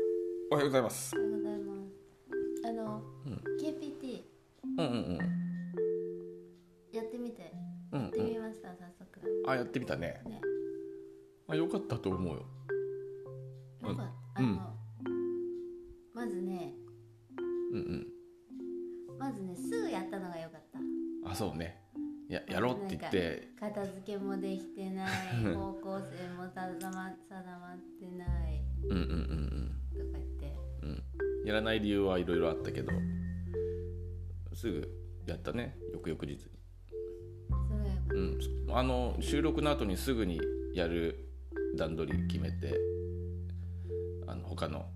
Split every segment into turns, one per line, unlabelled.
ございます
ありがとうございますあの、
うん
KPT
うんうん
やってみてや
うんうん
って
うん
みました、早速
あやってみたね
ね
あよかったと思うよ
よかった、
うん
あのまずね
うんうん
まずねすぐやったのが良かった
あそうねややろうって言って
片付けもできてない 方向性も定ま定まってない
うんうんうん
とか言って
うんやらない理由はいろいろあったけどすぐやったね翌々日
それが良かっ
うんあの収録の後にすぐにやる段取り決めてあの他の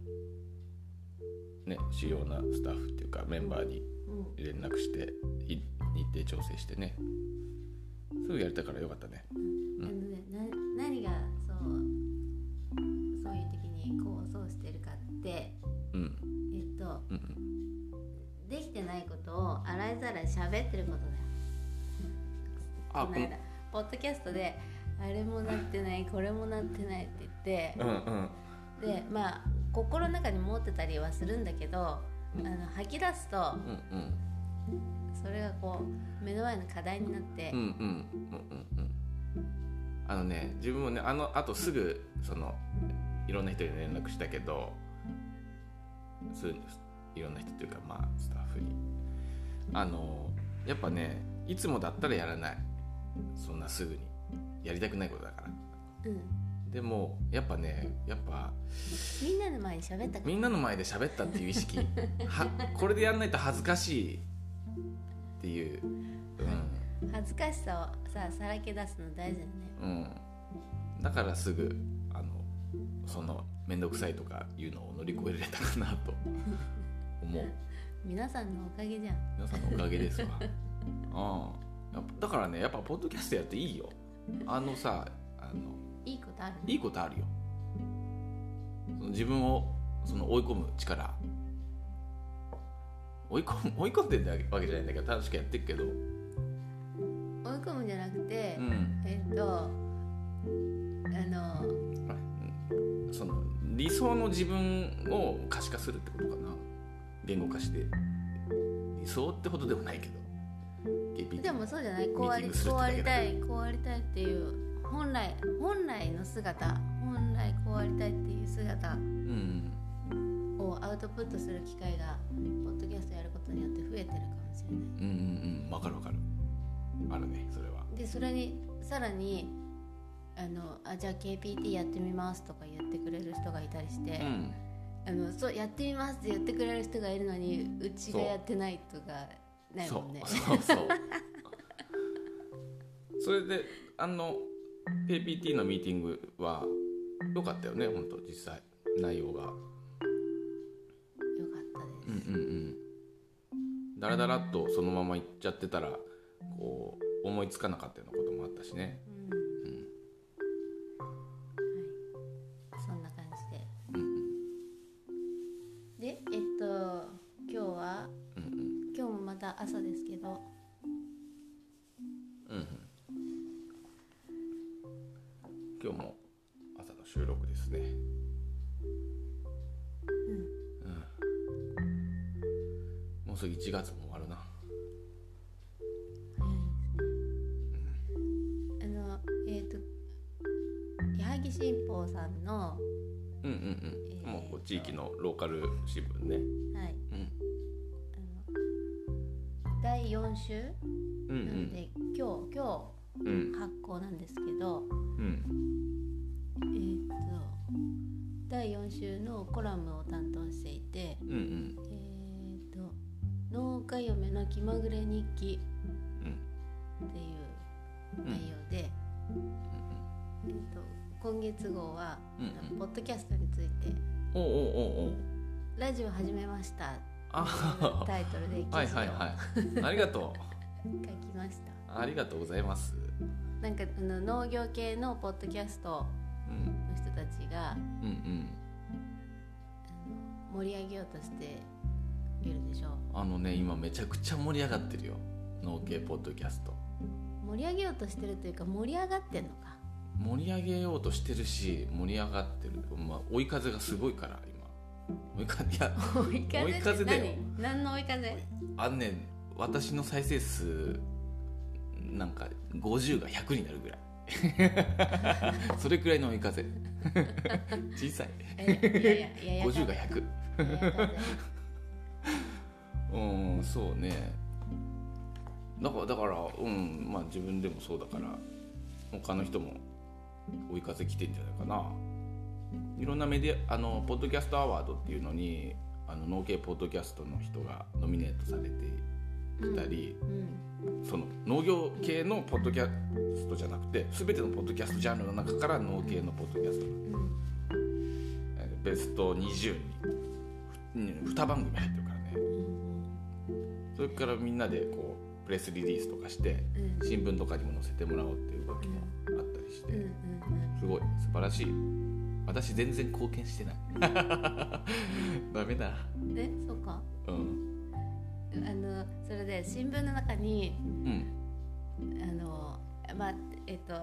ね主要なスタッフっていうかメンバーに
た、うん
連絡してい日程調整してねすぐやれたからよかったね
あのね、な何がそうそういう時にこうそうしてるかって
うん
えっと
うんうん
できてないことを洗いざらい喋ってることだよ
あ
この間ポッドキャストであれもなってないこれもなってないって言って
うんうん
でまあ心の中に持ってたりはするんだけど、
うん
あの吐き出すと
うんうん
それがこう目の前の課題になって、
うんうんうんうんうんあのね自分もねあのあとすぐそのいろんな人に連絡したけどすいろんな人というかまあスタッフにあのやっぱねいつもだったらやらないそんなすぐにやりたくないことだから
うん、
でもやっぱねやっぱ
みんなの前に喋ったから
みんなの前で喋ったっていう意 識はこれでやんないと恥ずかしいっていううん
恥ずかしさをささらけ出すの大事だよね
うん、だからすぐあのその面倒くさいとかいうのを乗り越えられたかなと思う
皆さんのおかげじゃん
皆さんのおかげ ですわうんやっぱだからねやっぱポッドキャストやっていいよあのさあの
いいことある
いいことあるよその自分をその追い込む力追い込む追い 込んでるわけじゃないんだけど楽しくやってるけどう
追い込むんじゃなくて、
ん
えっとあの
その理想の自分を可視化するってことかな言語化して理想ってほどでもないけど KPT
でもそうじゃない
ミーティング
こうあり
する
こ
っ
う
て
あ
だけだ
りたいこうありたいっていう本来本来の姿本来こうありたいっていう姿
うん
をアウトプットする機会がポッドキャストやることによって増えてるかもしれな
うんうんうんわかるわかるあるねそれはい
でそれにさらにあのあじゃあ KPT やってみますとか言ってくれる人がいたりして、
うん
あのそうやってみますって言ってくれる人がいるのにうちがやってないとかない
そ
も
うん
ね
そうそうそれであの PPT のミーティングは良かったよね本当実際内容が
よかったです、
うんうんうんだらだらっとそのまま行っちゃってたらこう思いつかなかったようなこともあったしね
う
う
ん
ん
はい、そんな感じ
うん
ででえっと今日は
うんうん
今日もまた朝ですけど
うんうん今日も朝の収録ですねうん、もうすぐ1月も終わるな
あのえっと矢作新報さんの、は
うんうん
えー
うんもうこう地域のローカル新聞ね
い、
うん
あの第4週
う
なの
ん
で、今日今
うんうん
日発行なんですけど、
うん
えーっと第4週のコラムを担当していて
うんうん
えーっと「農家嫁の気まぐれ日記」っていう内容で、えーっと今月号は、
うんうん
ポッドキャストについて
おうおうおうおう
「ラジオ始めました」
あ
というタイトルで記
はい
事を
はいはいありがとう
書きました。
ありがとうございます。
なんかあの農業系のポッドキャスト
うん、
の人たちがあの
うん、うん。
盛り上げようとしているでしょう
あのね、今めちゃくちゃ盛り上がってるよ。農系ポッドキャスト。
盛り上げようとしてるというか盛り上がってんのか
盛り上げようとしてるし、盛り上がってる。まあ、追い風がすごいから、今。追い風いや
追い 風
追い風だよ
って何何の追い風
あんねん私の再生数なんか50が100になるぐらいそれくらいの追い風 小さい
えいやいやいや
50が100
や だね
うんそうねだからだからうんまあ自分でもそうだから他の人も追い風来てんじゃないかないろんなメディアあのポッドキャストアワードっていうのにあの農系ポッドキャストの人がノミネートされていたり、
うん
その農業系のポッドキャストじゃなくて全てのポッドキャストジャンルの中から農系のポッドキャスト
うん
えーベスト20に2番組入ってるからねそれからみんなでこうプレスリリースとかして
うん
新聞とかにも載せてもらおうっていう動きもあったりして
うんうん
すごい素晴らしい私全然貢献してない ダメだ
うんえそうか
うん
あのそれで新聞の中に
うん
あのまあえっと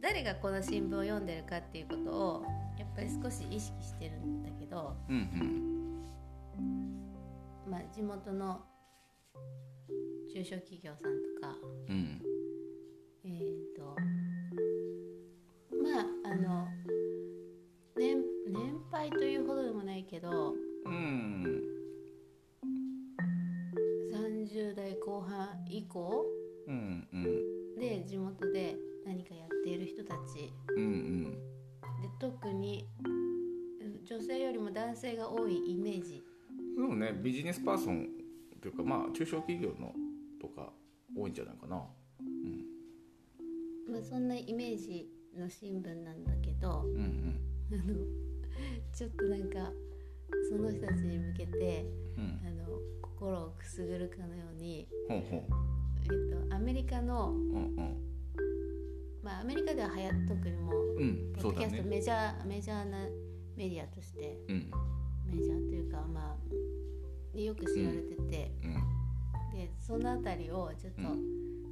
誰がこの新聞を読んでるかっていうことをやっぱり少し意識してるんだけど、
うん
まあ、地元の中小企業さんとか
うんうん
えっ、とまああの年年配というほどでもないけど
うん
30代後半以降
うんうん
で地元で何かやっている人たち
うん
で特にうん女性よりも男性が多いイメージ
うんでもねビジネスパーソンというかまあ中小企業のとか多いんじゃないかな
まあ、そんなイメージの新聞なんだけど
うんうん
あの ちょっとなんかその人たちに向けて
うん
あの心をくすぐるかのように、
ほうほ
えっと、アメリカの、
ううんうん
まあ、アメリカでは流行っ特にもう
うん
ポ
そ
ッ
う
ドキ
だ
ャスト
ね
メジャー、メジャーなメディアとして
うん
メジャーというかまあよく知られてて、
うん
でそのあたりをちょっと、
う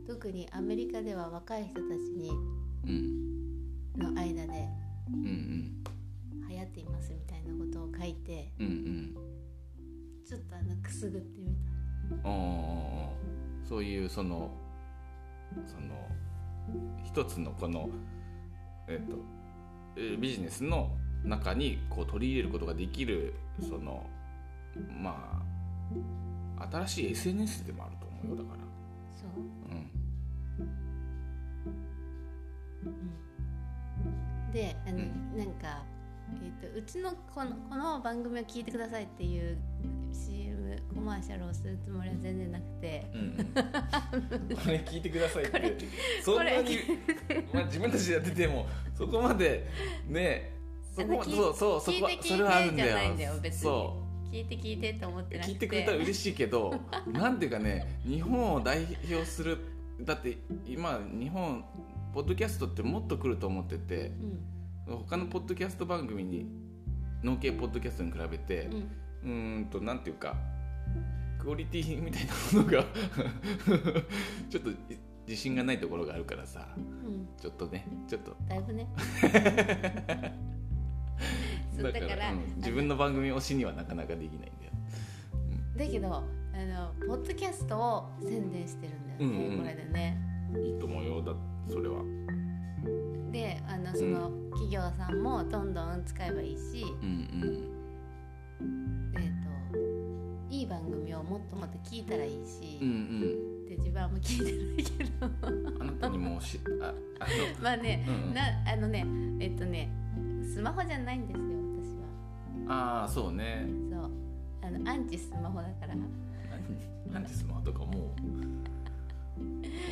特にアメリカでは若い人たちに
うん
の間で
うんうん
流行っていますみたいなことを書いて
うんうん
ちょっとあのくすぐってみた。
うんうんうんそういうそのその一つのこのえっとえービジネスの中にこう取り入れることができるそのまあ新しい SNS でもあると思うよだから
そう、
うん
うん、であの、
うん
なんか、えー、とうちのこのこの番組を聞いてくださいっていう CM コマーシャルをするつもりは全然なくて
うんうん、これ聞いてくださいっ
これ
てそんな
これ
に、まあ、自分たちでやっててもそこまでねそこ
あの聞い
そうそうそ
聞い
こ
て
は
聞いて
それはあるんだ
じゃない
よ
んだよ別に
そう
聞いて聞いてって思ってなくて
聞いてくれたら嬉しいけどなんていうかね日本を代表するだって今日本ポッドキャストってもっと来ると思ってて
うん
他のポッドキャスト番組に農系ポッドキャストに比べて
うん
うーんとなんていうかクオリティみたいなものが ちょっと自信がないところがあるからさ
うん
ちょっとねちょっと
だいぶ ねそう
だ
だ
か
かららだ
うん自分の番組推しにはなかなかできないんだよ。
けどあのポッドキャストを宣伝してるんだよね、
うんうん
これでね
いいと思うよだそれは。
であのその企業さんもどんどん使えばいいし、
うん
えー、といい番組をもっともっと聞いたらいいし、
うんうんうん
で自分はもう聞いてないけど
あなたにもし、あ、あ
まあね、
うんうん
なあのねえっとねスマホじゃないんですよ
の、ああ、そうね。
私はそうあのアンチスマホだから
何ですまとかもう。も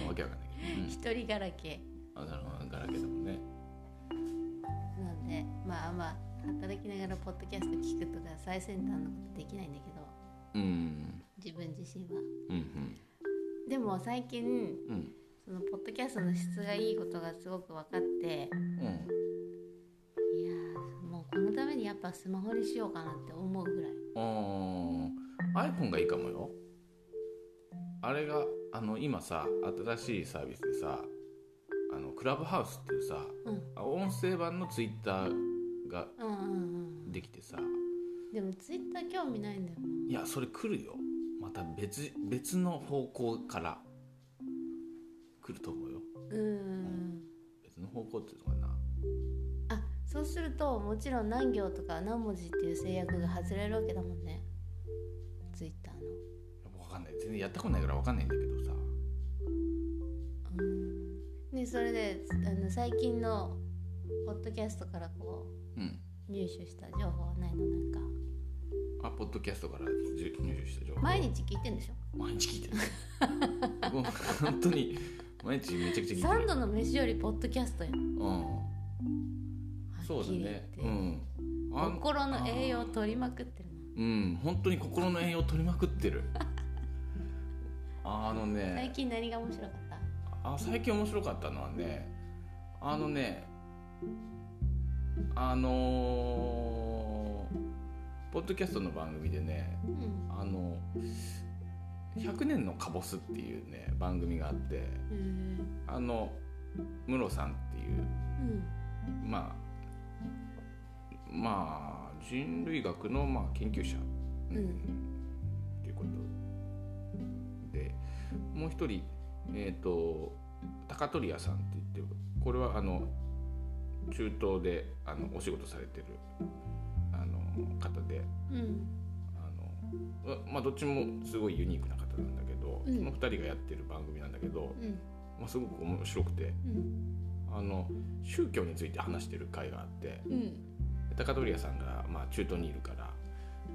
うわけわかんないけど。うん
一人ガラケ
あ、なるほど、ガラケーだもんね。
ーなのでまあまあ働きながらポッドキャスト聞くとか最先端のことできないんだけど
うん。
自分自身は
うん
でも最近
うん。うん。
そのポッドキャストの質がいいことがすごく分かって
うん。
いやーもうこのためにやっぱスマホにしようかなって思うぐらい
ああ、iPhone がいいかもよ。あれが、あの、今さ、新しいサービスでさ、あの、クラブハウスっていうさ、
うん
あ音声版のツイッターが
うんうんうん
できてさ
でもツイッター興味ないんだよない
やそれ来るよまた別別の方向から来ると思うよ
うーん
別の方向っていうのかな
あそうするともちろん何行とか何文字っていう制約が外れるわけだもんねツイッターの
分かんない全然やったことないから分かんないんだけどさ
うんでそれであの最近のポッドキャストからこ
うん
う入手した情報はないのなんか
あポッドキャストからじゅ入手した情報
毎日聞いてんでしょ
毎日聞いてるもう本当に毎日めちゃくちゃ聞いてる
三度の飯よりポッドキャストやん
うんそうだね
はっき
う
り言って
んあん
心の栄養を取りまくってるな
うん本当に心の栄養取りまくって るあのね
最近何が面白かった
あ最近面白かったのはねあのねあのーポッドキャストの番組でね
うん
あの「100年のカボス」っていうね番組があって
へー
あのムロさんっていう
うん
まあまあ人類学のまあ研究者、
うん
っていうことでもう一人えっ、と高取屋さんって言ってこれはあの中東であのお仕事されてるあの方で
うん
あのうまあどっちもすごいユニークな方なんだけど、
うん
その二人がやってる番組なんだけど、
うん
まあ、すごく面白くて
うん
あの宗教について話してる回があって。
うん
高取屋さんが、まあ、中東にいるから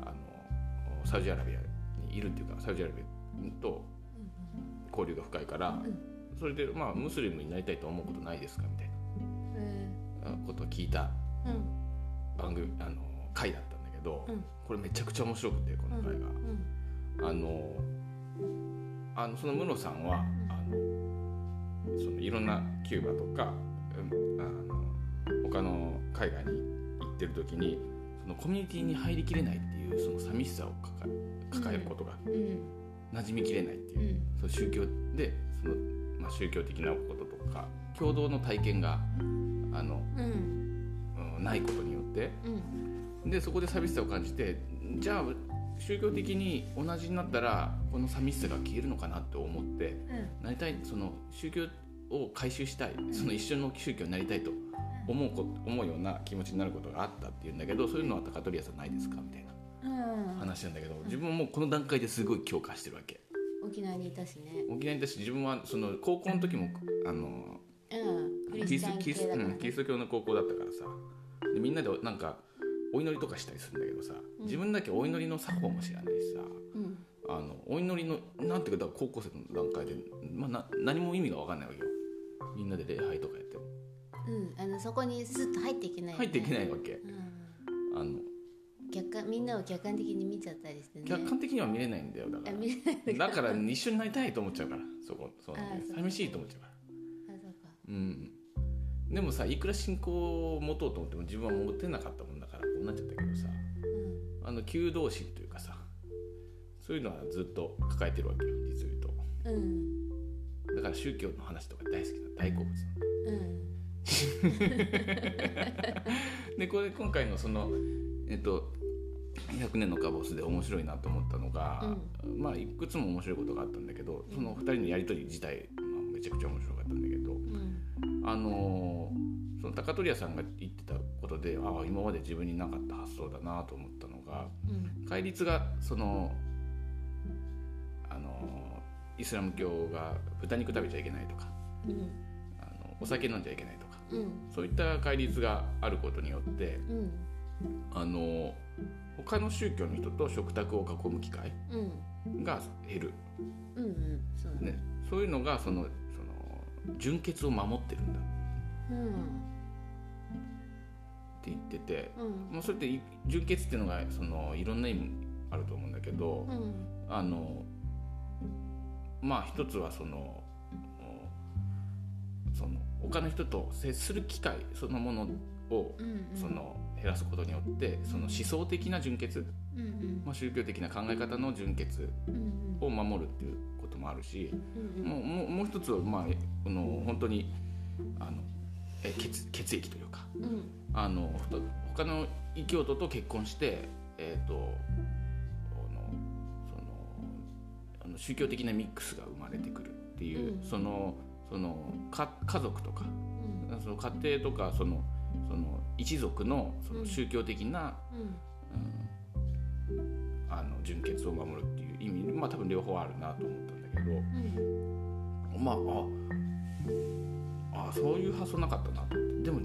あのサウジアラビアにいるっていうかサウジアラビアと交流が深いから、
うん
それで、まあ、ムスリムになりたいと思うことないですかみたい
へ
なことを聞いた
ーうん
番組あの回だったんだけど、
うん
これめちゃくちゃ面白くてこの
うんう
回が。
ん
あのあのそのムロさんはあのそのいろんなキューバとか、うん、あの他の海外に行ってる時にそのコミュニティに入りきれないっていうその寂しさを抱え抱えることが
うん
馴染みきれないって
う
いう、
ん
その宗教でその、まあ、宗教的なこととか共同の体験があの、
うん
うん、ないことによって
うん
でそこで寂しさを感じてじゃあ宗教的に同じになったらこの寂しさが消えるのかなと思って
うん
なりたいその宗教を回収したいその一緒の宗教になりたいと思うこ思うような気持ちになることがあったっていうんだけどそういうのは高取屋さんないですかみたいな
うん
話なんだけど自分はもうこの段階ですごい強化してるわけ
沖縄にいたしね
沖縄に対して自分はその高校の時もあの
うんク
キ
リ
リ
ス
ス
チャン
キ
系
リス
だから
う
ね
んキリスト教の高校だったからさでみんなでなんかお祈りとかしたりするんだけどさ
うん
自分だけお祈りの作法も知らないしさ
うん
あのお祈りのなんていうかだから高校生の段階で、まあ、な何も意味が分かんないわけよみんなで礼拝とかやっても
うんあのそこにスッと入っていけないよね
入っていけないわけ
うん
あの
客観みんなを客観的に見ちゃったりしてね
客観的には見れないんだよだか
あ見れない
らだから一緒になりたいと思っちゃう からそこそうなんだよ
あそう
寂しいと思っちゃうから
あそうか
うんでもさいくら信仰を持とうと思っても自分は持てなかったもんだからこうなっちゃったけどさ
う
あの求道心というかさそういうのはずっと抱えてるわけよ実を言うと
んうん
だから宗教の話とか大好きな大好物なの
うん
でこれ今回のそのえっと100年のカボスで面白いなと思ったのが、まあいくつも面白いことがあったんだけどその2人のやり取り自体、まあ、めちゃくちゃ面白かったんだけど
うん
あのーその高取屋さんが言ってたことでああ今まで自分になかった発想だなと思ったのが
うん
戒律がそのあのーイスラム教が豚肉食べちゃいけないとか
うん
あのお酒飲んじゃいけないとか
うん
そういった戒律があることによって
うん
あの他の宗教の人と食卓を囲む機会
うん
が減る、
うんうんそうだね
ね、そういうのがそのその純潔を守ってるんだって
うん
言ってて、
うん
まあ、それってい純潔っていうのがそのいろんな意味あると思うんだけど、
うん
あのまあ一つはそのおその他の人と接する機会そのものを
うんうん
その減らすことによってその思想的な純潔、
うんうん
まあ、宗教的な考え方の純潔
うんうん
を守るっていうこともあるし、
うんうん
もうもうもう一つは、まあ、えあの本当にあのえ血血液というか
うん
あのふと他の異教徒と結婚してえー、とあのそのあの宗教的なミックスが生まれてくるっていう、
うん
そのそのか家族とか
うん
その家庭とかそのその一族のその宗教的な、
うん
うんあの純潔を守るっていう意味まあ多分両方あるなと思ったんだけど
うん
まあああそういう発想なかったなと思ってでも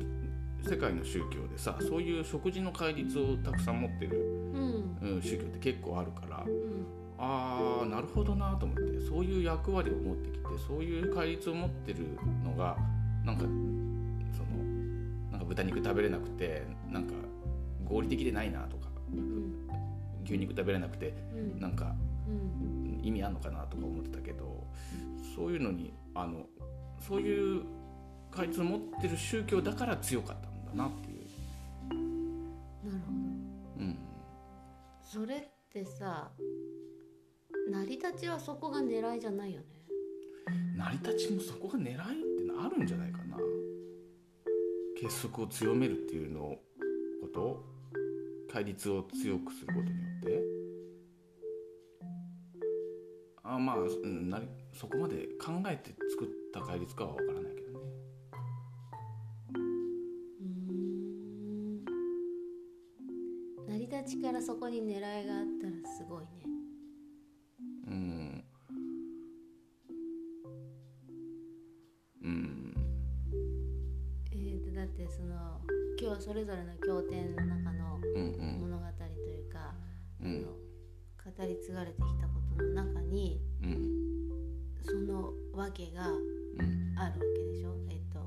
世界の宗教でさそういう食事の戒律をたくさん持ってる、
うん
うん、宗教って結構あるから
うん
ああなるほどなと思ってそういう役割を持ってきてそういう戒律を持ってるのがなんかそのなんか豚肉食べれなくてなんか合理的でないなとか
うん
牛肉食べれなくて
うん
なんか
うん
意味あんのかなとか思ってたけどそういうのにあのそういう戒律を持ってる宗教だから強かったんだなっていう。
なるほど
うん
それってさ成り立ちはそこが狙いじゃないよね
成り立ちもそこが狙いってのあるんじゃないかな結束を強めるっていうのこと戒律を強くすることによってあまあ、うん、なりそこまで考えて作った戒律かは分からないけどね
うーん成り立ちからそこに狙いがあったらすごいね
うんうん
えーとだってその今日それぞれの経典の中の
うんうん
物語というか、
う
あ
ん
の語り継がれてきたことの中に
うん
その訳が
うん
あるわけでしょえっと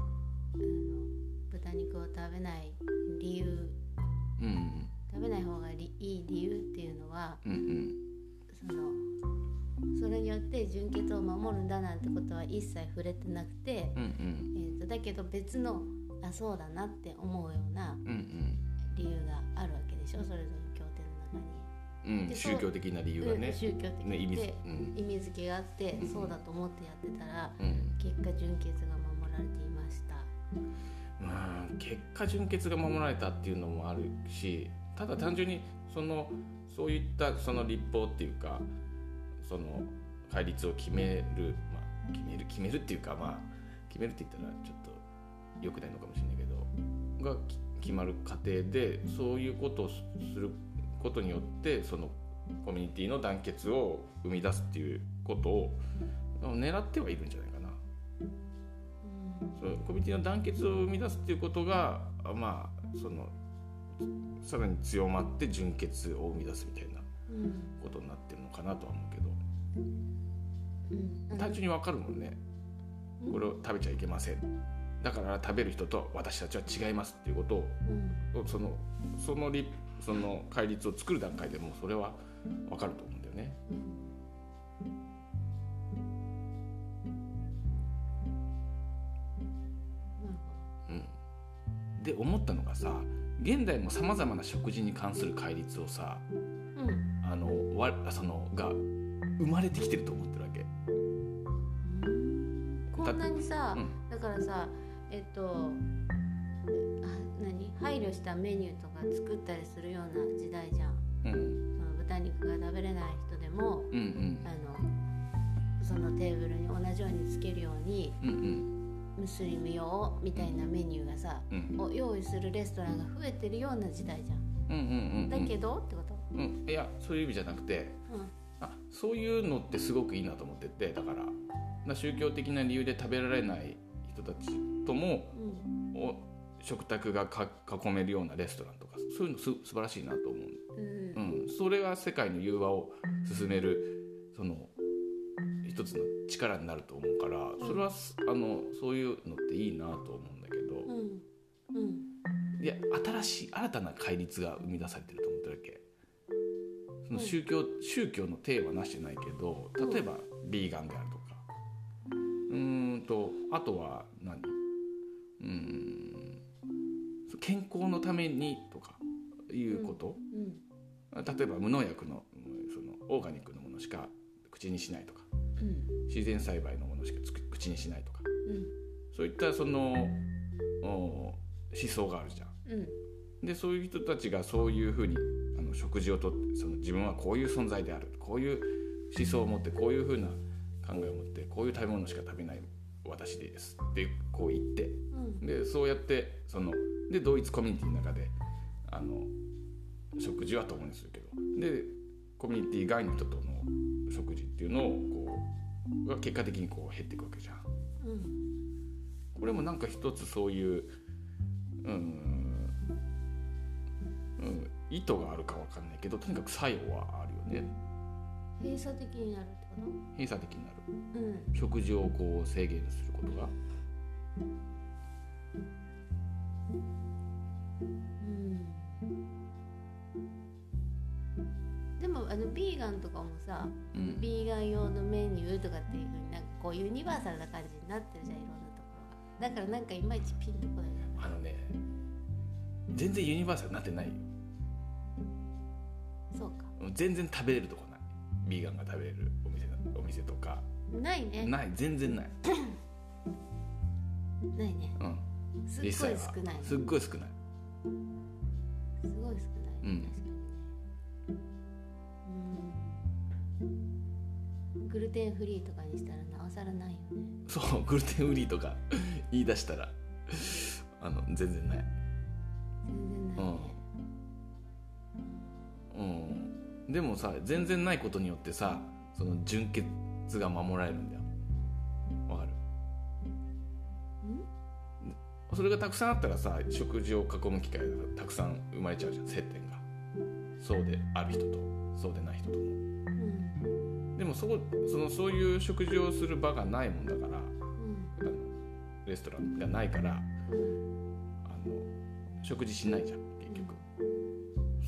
あの豚肉を食べない理由
うん
食べない方がりいい理由っていうのは
うんうん
そのそれによって純血を守るんだなんてことは一切触れてなくて、
うんうん
えっとだけど別のあそうだなって思うような
うんうん
理由があるわけでしょそれぞれの経典の中に。
うん、
でそう
宗教的な理由が
うん
ね
宗教的
ね
で
意味づうん
意味付けがあって、
うん
そうだと思ってやってたら
うん
結果純血が守られていました。
まあ、結果純潔が守られたっていうのもあるしただ単純にそのそういったその立法っていうかその戒律を決める、まあ、決める決めるっていうかまあ決めるって言ったらちょっと良くないのかもしれないけどがき決まる過程でそういうことをすすることによってそのコミュニティの団結を生み出すっていうことを狙ってはいるんじゃないかな。
うん
そうコミュニティの団結を生み出すっていうことがあまあそのさらに強まって純潔を生み出すみたいな
うん
ことになってるのかなとは思うけど
うん
単純にわかるもんね
うん
これを食べちゃいけませんだから食べる人と私たちは違いますっていうこと
うん
をそのその立その戒律を作る段階でもうそれはわかると思うんだよね。
うんなる
で思ったのがさ現代もさまざまな食事に関する戒律をさ
ほどうん
あのわそのが生まれてきてると思ってるわけ。
うんこんなにさ、
うん
だからさえっとあ何配慮したメニューとか作ったりするような時代じゃん
うん
その豚肉が食べれない人でも
うん
あのそのテーブルに同じようにつけるように
うんうん
ムスリム用みたいなメニューがさ
うんうん
を用意するレストランが増えてるような時代じゃん
うんうんうん
だけど、ってこと、
うんいやそういう意味じゃなくて
うん
あそういうのってすごくいいなと思っててだからな宗教的な理由で食べられない人たちともお食卓がか囲めるようなレストランとかそういうのす素晴らしいなと思う
うんうん
うん、それが世界の融和を進めるその一つの力になると思うからそれはすあのそういうのっていいなと思うんだけ
う
ど
んうん
いや新しい新たな戒律が生み出されてると思ってるわけその宗教宗教の体はなしてないけど例えばビーガンであるとかうーんとあとは何うーん健康のためにとかいうこと、
うん
例えば無農薬のうんそのオーガニックのものしか口にしないとか
うん
自然栽培のものしかつく口にしないとか
うん
そういったそのお思想があるじゃん
うん
でそういう人たちがそういうふうにあの食事をとってその自分はこういう存在であるこういう思想を持ってこういうふうな考えを持ってこういう食べ物しか食べない私ですってこう言って
うん
でそうやってそので同一コミュニティの中であの食事は共にするけどでコミュニティ外の人との食事っていうのをこうが結果的にこう減っていくわけじゃん。
うん
これもなんか一つそういううん、うん、意図があるかわかんないけどとにかく作用はあるよね
閉鎖的になるってこ
閉鎖的になる
とうん
食事をこう制限することが
うんでもあのビーガンとかもさ、
うん
ビーガン用のメニューとかっていうふうになんかこうユニバーサルな感じになってるじゃんいろんなところがだからなんかいまいちピンとこないな
あのね全然ユニバーサルになってないよ
そうか
全然食べれるとこないビーガンが食べれるお店なお店とか
ないね
ない全然ない、
ないね
うん、
すっごい
実
少な
際
い
はす
す
っ
ごい
ごい少ないうん
少ない、確かにうんグルテンフリーとかにしたらなおさらないよね
そうグルテンフリーとか 言い出したらあの全然ない
全然ないね、
うん、でもさ全然ないことによってさその純潔が守られるんだよわかる
うん
それがたくさんあったらさ食事を囲む機会がたくさん生まれちゃうじゃん接点がそうである人とそうでない人との
うん
でもそこそのそういう食事をする場がないもんだから
うん
あのレストランがないから
うん
あの食事しないじゃん結局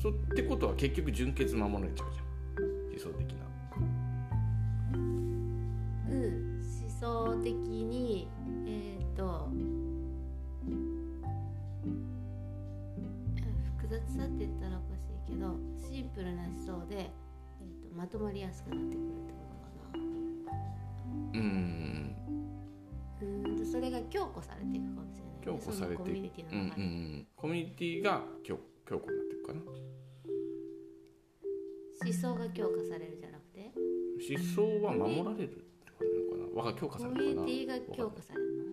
そってことは結局純潔守られちゃうじゃん理想的な
うん、思想的にえっ、と複雑さって言ったらおかしいけどシンプルな思想で、えー、とまとまりやすくなってくるってことかな
うん
うーんとそれが強固されていくかもしれ
強
ないね、
固され
そのコ
て
ミュ
い
ニ
く
ティ
うんうん
の
う
中で、
んコミュニティが強強固になっていくかな
思想が強化されるじゃなくて
思想は守られるってことなのかなわが強化
コ
され
ミ
る
ュ
のかな
ニティが強化されるの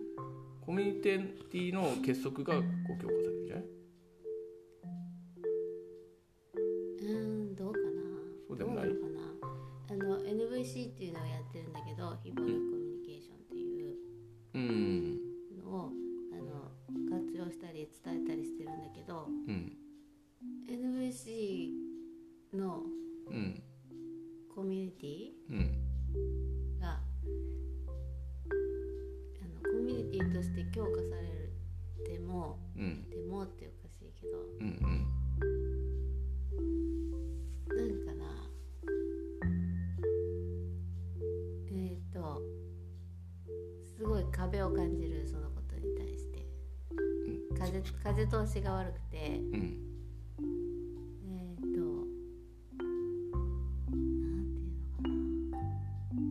コミュニティの結束がこう強化されるんじゃないう
ーんどうかな
そうでもない
どうなのかなあの NVC っていうのをやってるんだけど非暴力コミュニケーションっていう
うん
のをあの活用したり伝えたりしてるんだけど
うん
NVC の
うん
コミュニティ
うん
があのコミュニティとして強化されるでも
うん
でもっておかしいけど
うんうん
なんかなえっ、とすごい壁を感じるそのことに対して風風通しが悪くて。
うん
えっ、ー、と、なんていうのかな。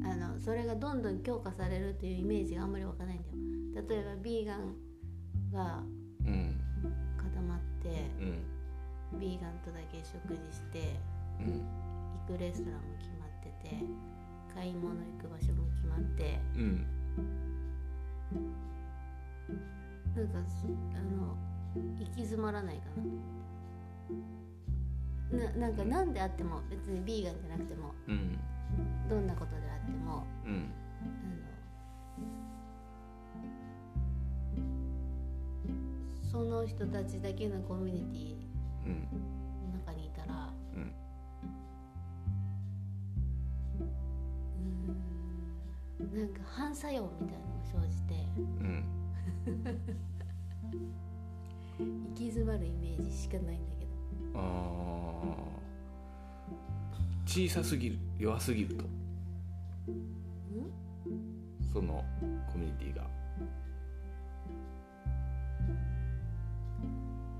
あの、それがどんどん強化されるというイメージがあんまりわかないんだよ。例えば、ビーガンが
うん
固まって、
うん
ビーガンとだけ食事して、
うん
行くレストランも決まってて、買い物行く場所も決まって、
うん
なんかそあの行き詰まらないかなななんか何であっても別にビーガンじゃなくても
うん
どんなことであっても
うん
あのその人たちだけのコミュニテ
うん
ィの中にいたら
うん
うーんなんか反作用みたいなのが生じて
うん
行き詰まるイメージしかないんだけど
あー小さすぎる弱すぎると
うん
そのコミュニティが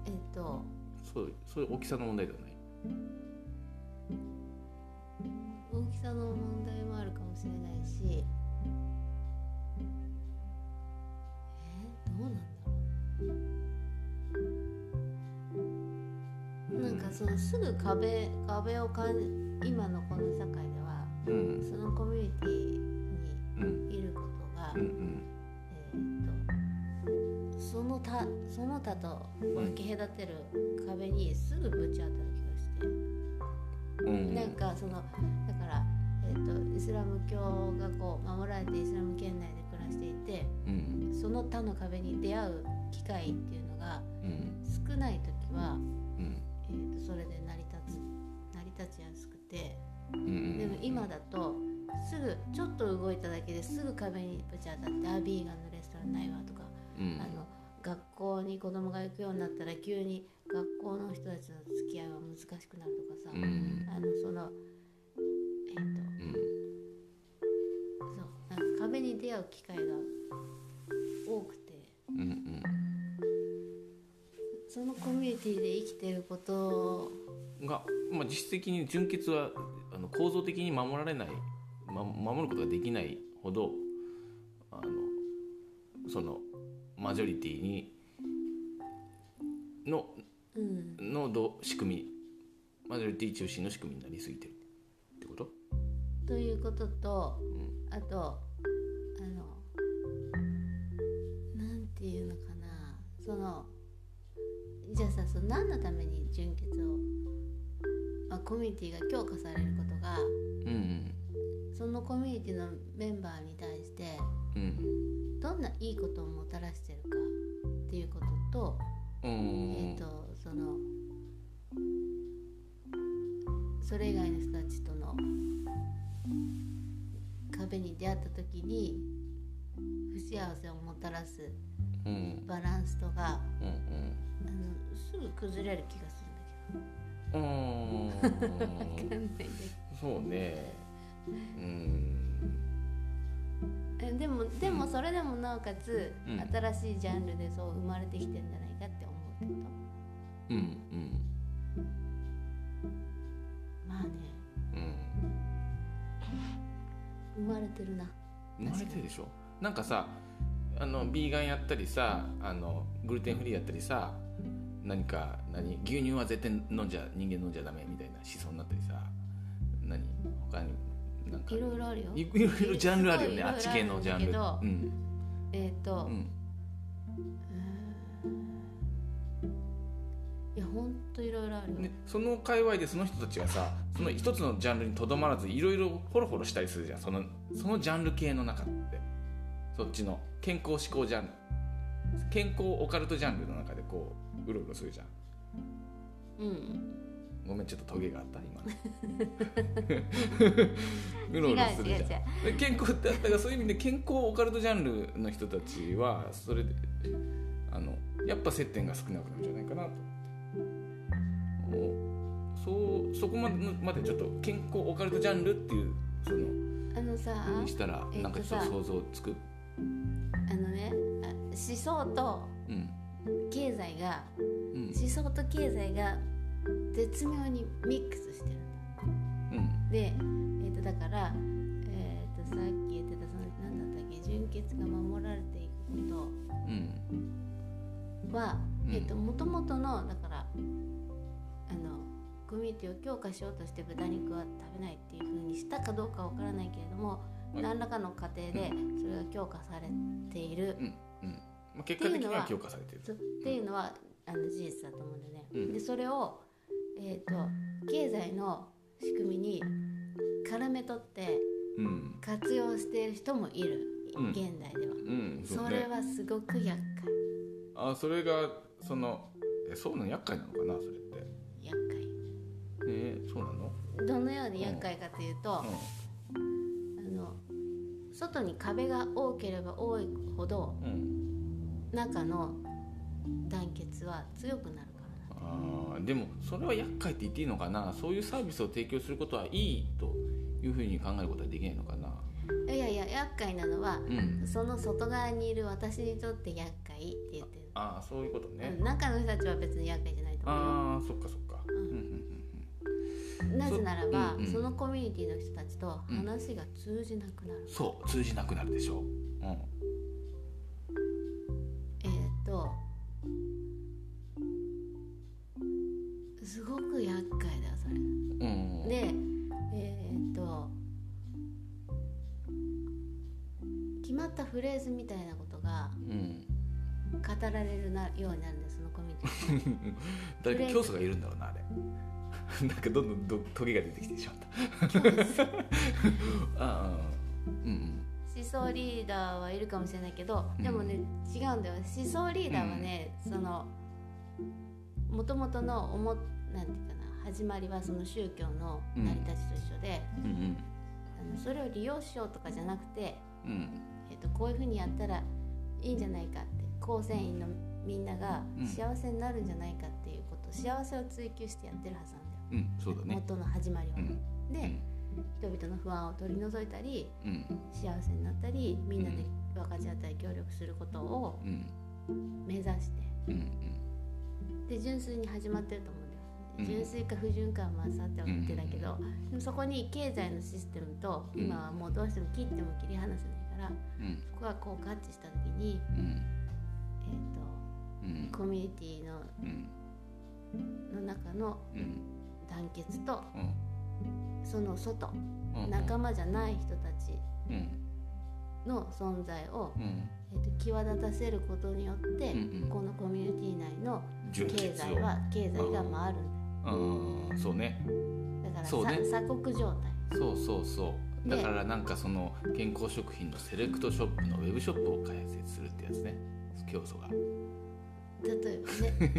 えっと
そうそういう大きさの問題ではない
大きさの問題もあるかもしれないしえどうなんだろうそのすぐ壁壁をかん今のこの社会では
うん
そのコミュニティ
うん
にいることが、
うんうん
えーっとその他その他と分け隔てる壁にすぐぶち当たる気がして。
うん
なんかそのだから、えー、とイスラム教がこう守られてイスラム圏内で暮らしていて
うん
その他の壁に出会う機会っていうのが
うん
少ない時は、
うん
えー、とそれで成り立つ成り立ちやすくて
うん
でも今だとすぐちょっと動いただけですぐ壁にぶち当たって「あビーガンのレストランないわ」とか、
うん
あの学校に子供が行くようになったら急に学校の人たちの付き合いは難しくなるとかさ、
うん
あのそのえっ、と
うん
そうなんか壁に出会う機会が多くて
うんうん
そのコミュニティで生きてること
が、まあ、実質的に純血はあの構造的に守られない、ま、守ることができないほどあのそのマジョリティにの
うん
のど仕組みマジョリティ中心の仕組みになりすぎてるってこと
ということと
うん
あとあのなんていうのかなそのじゃあさその何のために純血を、まあ、コミュニティが強化されることが
うん
そのコミュニティのメンバーに対して
うん
どんないいことをもたらしてるかっていうことと、
うんう
え
ん
っ、とそのそれ以外の人たちとの壁に出会った時に不幸せをもたらす
うんうん
バランスとか
うん
あのすぐ崩れる気がす
うんうん
るんだけど分かんないんだ
そうねうん
けどえでもでもそれでもなおかつ、
うん
新しいジャンルでそう生まれてきてんじゃないかって思うってこ
うんうん
とまあね
うん
生まれてるな
生まれてるでしょなんかさあのビーガンやったりさあのグルテンフリーやったりさ何か何牛乳は絶対飲んじゃ人間飲んじゃダメみたいな思想になったりさ何他になんか
いろいろあるよ
いいろいろジャンルあるよ
い
ね
ろいろ
あっち系のジャンル
あるんだ
う
け
ん
えっ、
う
と、
ん
いやほんといろいろあるよ、
ね、その界隈でその人たちがさその一つのジャンルにとどまらずいろいろホロホロしたりするじゃんそのそのジャンル系の中ってそっちの健康志向ジャンル健康オカルトジャンルの中でこううろうろするじゃん
うん
ごめんちょっとトゲがあった今うろ
違
う
う
ろする
違う違
じ
う
ゃんで健康ってだからそういう意味で健康オカルトジャンルの人たちはそれであのやっぱ接点が少なくなるんじゃないかなとおそうそこまでまでちょっと健康オカルトジャンルっていうその
あのさ
にしたら
えっと
なんかちょっと
さ
想像つく、
あのねあ思想と
うん
経済が
うん
思想と経済が絶妙にミックスしてるんだ
うん
で、えー、とだから、えー、とさっき言ってたその何だったっけ純血が守られてい
う
くこ
ん
とは、
うん
えー、と元々のだからあのコミュニティを強化しようとして豚肉は食べないっていうふうにしたかどうかわからないけれども
はい
何らかの過程でそれが強化されている
うんうんまあ結果的には強化されてる
そうっていうのはあの事実だと思うんだよね。
うん
でそれを、えー、と経済の仕組みに絡め取って
うん
活用している人もいる、
うん
現代では。
うんう
そ
ね
れはすごく厄介
あそれがそのえそうなの厄介なのかなそれってね
厄
えそうなの
介どのように厄介かというと、あの外に壁が多ければ多いほど
うんうん
中の団結は強くなるからな
あーでもそれは厄介って言っていいのかなそういうサービスを提供することはいいというふうに考えることはできないのかない
やいや厄介なのは
うん
その外側にいる私にとって厄介って言ってる
ああそういうことね、
うん中の人たちは別に厄介じゃないと思うよ
ああそっかそっかうんんうん
なぜなら
そ
ばそ,、
うんうん
のコミュニティの人たちと
うん
話が通じなくなる、
うんそう通じなくなるでしょう
えーっとすごく厄決まったフレーズみたいなことが
うん、
語られるなようになるんですそのコミュニティ
誰か教祖がいるんだろうなあれ なんかどんどんどトゲが出てきてしまった ああうんうん
思想リーダーはいるかもしれないけどでもね、
う
違うんだよ思想リーダーはね、そのもともとのおもなんていうかな始まりはその宗教の成り立ちと一緒で、
うんうん
あのそれを利用しようとかじゃなくて、
うん
えっとこういうふうにやったらいいんじゃないかって構成員のみんなが
うん
幸せになるんじゃないかっていうこと、幸せを追求してやってるはずなんだよ、
うんそうだね
元の始まりは。
うん
で人々の不安を取り除いたり
うん
幸せになったりみんなで
う
分かち合ったり協力することを
うん
目指して
うんうん
で純粋に始まってると思うんだよ。
うん
純粋か不純かはまあさておきだけど、でもそこに経済のシステムと
うん
今はもうどうしても切っても切り離せないから
うん
そこがこう合致した時に、
うん
え
うん
ー、とコミュニティの
うん
の中の
うん
団結と
うん
その外
うん
仲間じゃない人たち
うん
の存在を
うん
えっと際立たせることによって、
うんうん
このコミュニティ内の
純
経
潔
済
を
は経済が回るん
うんそうね
だよだから
そうね
さ鎖国状態
そうそうそうだ
で
からなんかその健康食品のセレクトショップのウェブショップを開設するってやつね教祖が
例えばね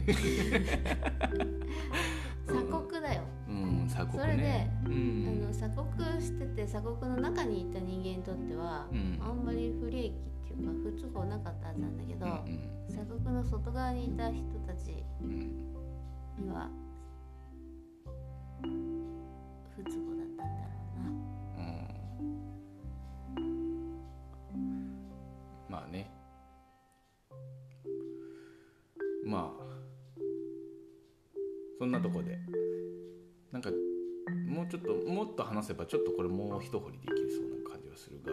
鎖国だよ、
うん鎖国
それで
ねう
あの
ん
鎖国してて鎖国の中にいた人間にとっては、
うん
あんまり不利益っていうか不都合なかったはずなんだけど、
うん
鎖国の外側にいた人たち
うんうん
には不都合だったんだろうな。
うんまあねまあそんなとこでなんかもうちょっともっと話せばちょっとこれもう一掘りできそうな感じはするが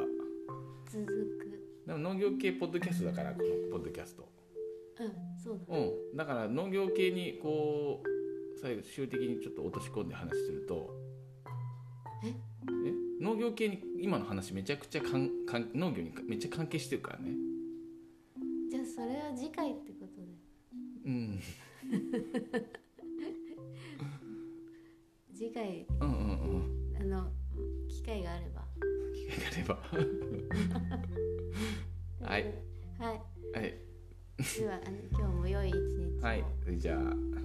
続く
でも農業系ポッドキャストだからこのポッドキャスト
うんそうだ
うんだから農業系にこう最後終的にちょっと落とし込んで話すると
え
え農業系に今の話めちゃくちゃかんかん農業にめっちゃ関係してるからね
じゃあそれは次回ってことで
うん
次回
うんうんうん
あの機会があれば
機会があればはい
はい
はい
ではあの今日も良い一日を、
はいじゃあ